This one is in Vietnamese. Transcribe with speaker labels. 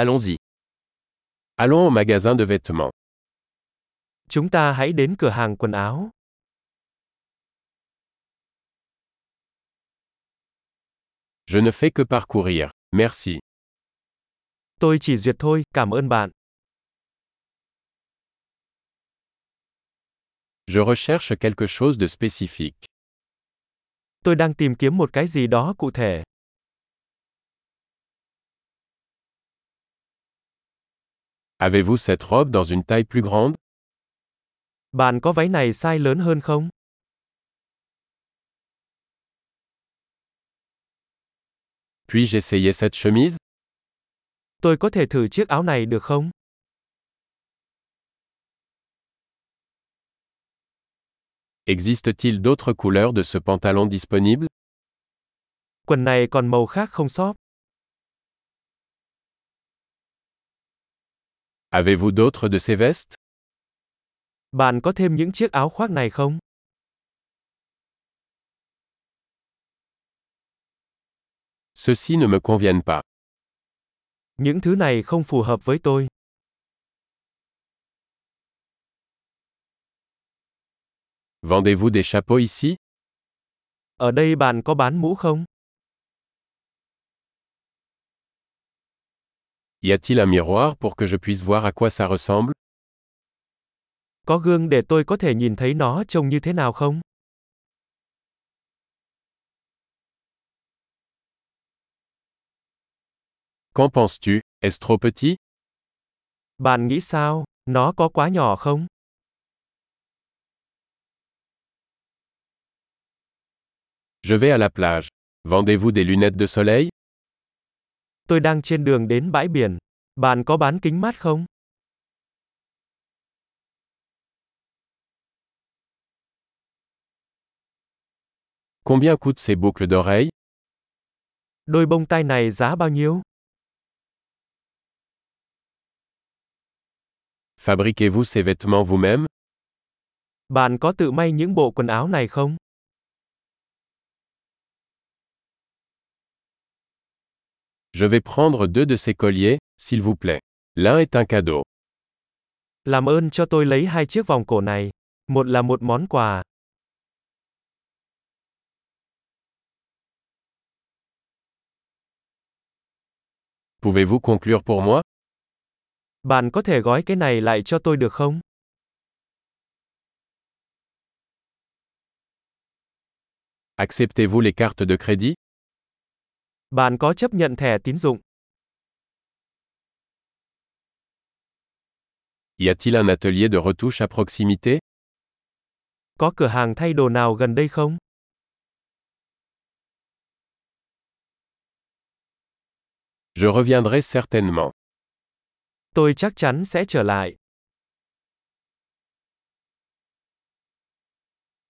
Speaker 1: Allons-y. Allons au magasin de vêtements.
Speaker 2: Chúng ta hãy đến cửa hàng quần áo.
Speaker 1: Je ne fais que parcourir. Merci.
Speaker 2: Tôi chỉ duyệt thôi, cảm ơn bạn.
Speaker 1: Je recherche quelque chose de spécifique.
Speaker 2: Tôi đang tìm kiếm một cái gì đó cụ thể.
Speaker 1: Avez-vous cette robe dans une taille plus grande
Speaker 2: Bạn có váy này size lớn hơn không?
Speaker 1: Puis-je essayer cette chemise
Speaker 2: Tôi có thể thử chiếc áo này được không?
Speaker 1: Existe-t-il d'autres couleurs de ce pantalon disponible
Speaker 2: Quần này còn màu khác không shop?
Speaker 1: Avez-vous d'autres de ces vestes
Speaker 2: Bạn có thêm những chiếc áo khoác này không?
Speaker 1: Ceux-ci ne me conviennent pas.
Speaker 2: Những thứ này không phù hợp với tôi.
Speaker 1: Vendez-vous des chapeaux ici
Speaker 2: Ở đây bạn có bán mũ không?
Speaker 1: Y a-t-il un miroir pour que je puisse voir à quoi ça ressemble
Speaker 2: Có gương để tôi có thể nhìn thấy nó trông như thế nào không?
Speaker 1: Qu'en penses-tu Est-ce trop petit
Speaker 2: Bạn nghĩ sao? Nó có quá nhỏ không?
Speaker 1: Je vais à la plage. Vendez-vous des lunettes de soleil
Speaker 2: Tôi đang trên đường đến bãi biển. Bạn có bán kính mát không?
Speaker 1: Combien coûtent ces boucles d'oreilles
Speaker 2: Đôi bông tai này giá bao nhiêu?
Speaker 1: Fabriquez-vous ces vêtements vous-même
Speaker 2: Bạn có tự may những bộ quần áo này không?
Speaker 1: Je vais prendre deux de ces colliers, s'il vous plaît. L'un est un cadeau.
Speaker 2: Làm ơn cho tôi lấy hai chiếc vòng cổ này. Một là một món quà.
Speaker 1: Pouvez-vous conclure pour moi
Speaker 2: Bạn có thể gói cái này lại cho tôi được không?
Speaker 1: Acceptez-vous les cartes de crédit
Speaker 2: Bạn có chấp nhận thẻ tín dụng?
Speaker 1: Y a-t-il un atelier de retouche à proximité
Speaker 2: Có cửa hàng thay đồ nào gần đây không?
Speaker 1: Je reviendrai certainement.
Speaker 2: Tôi chắc chắn sẽ trở lại.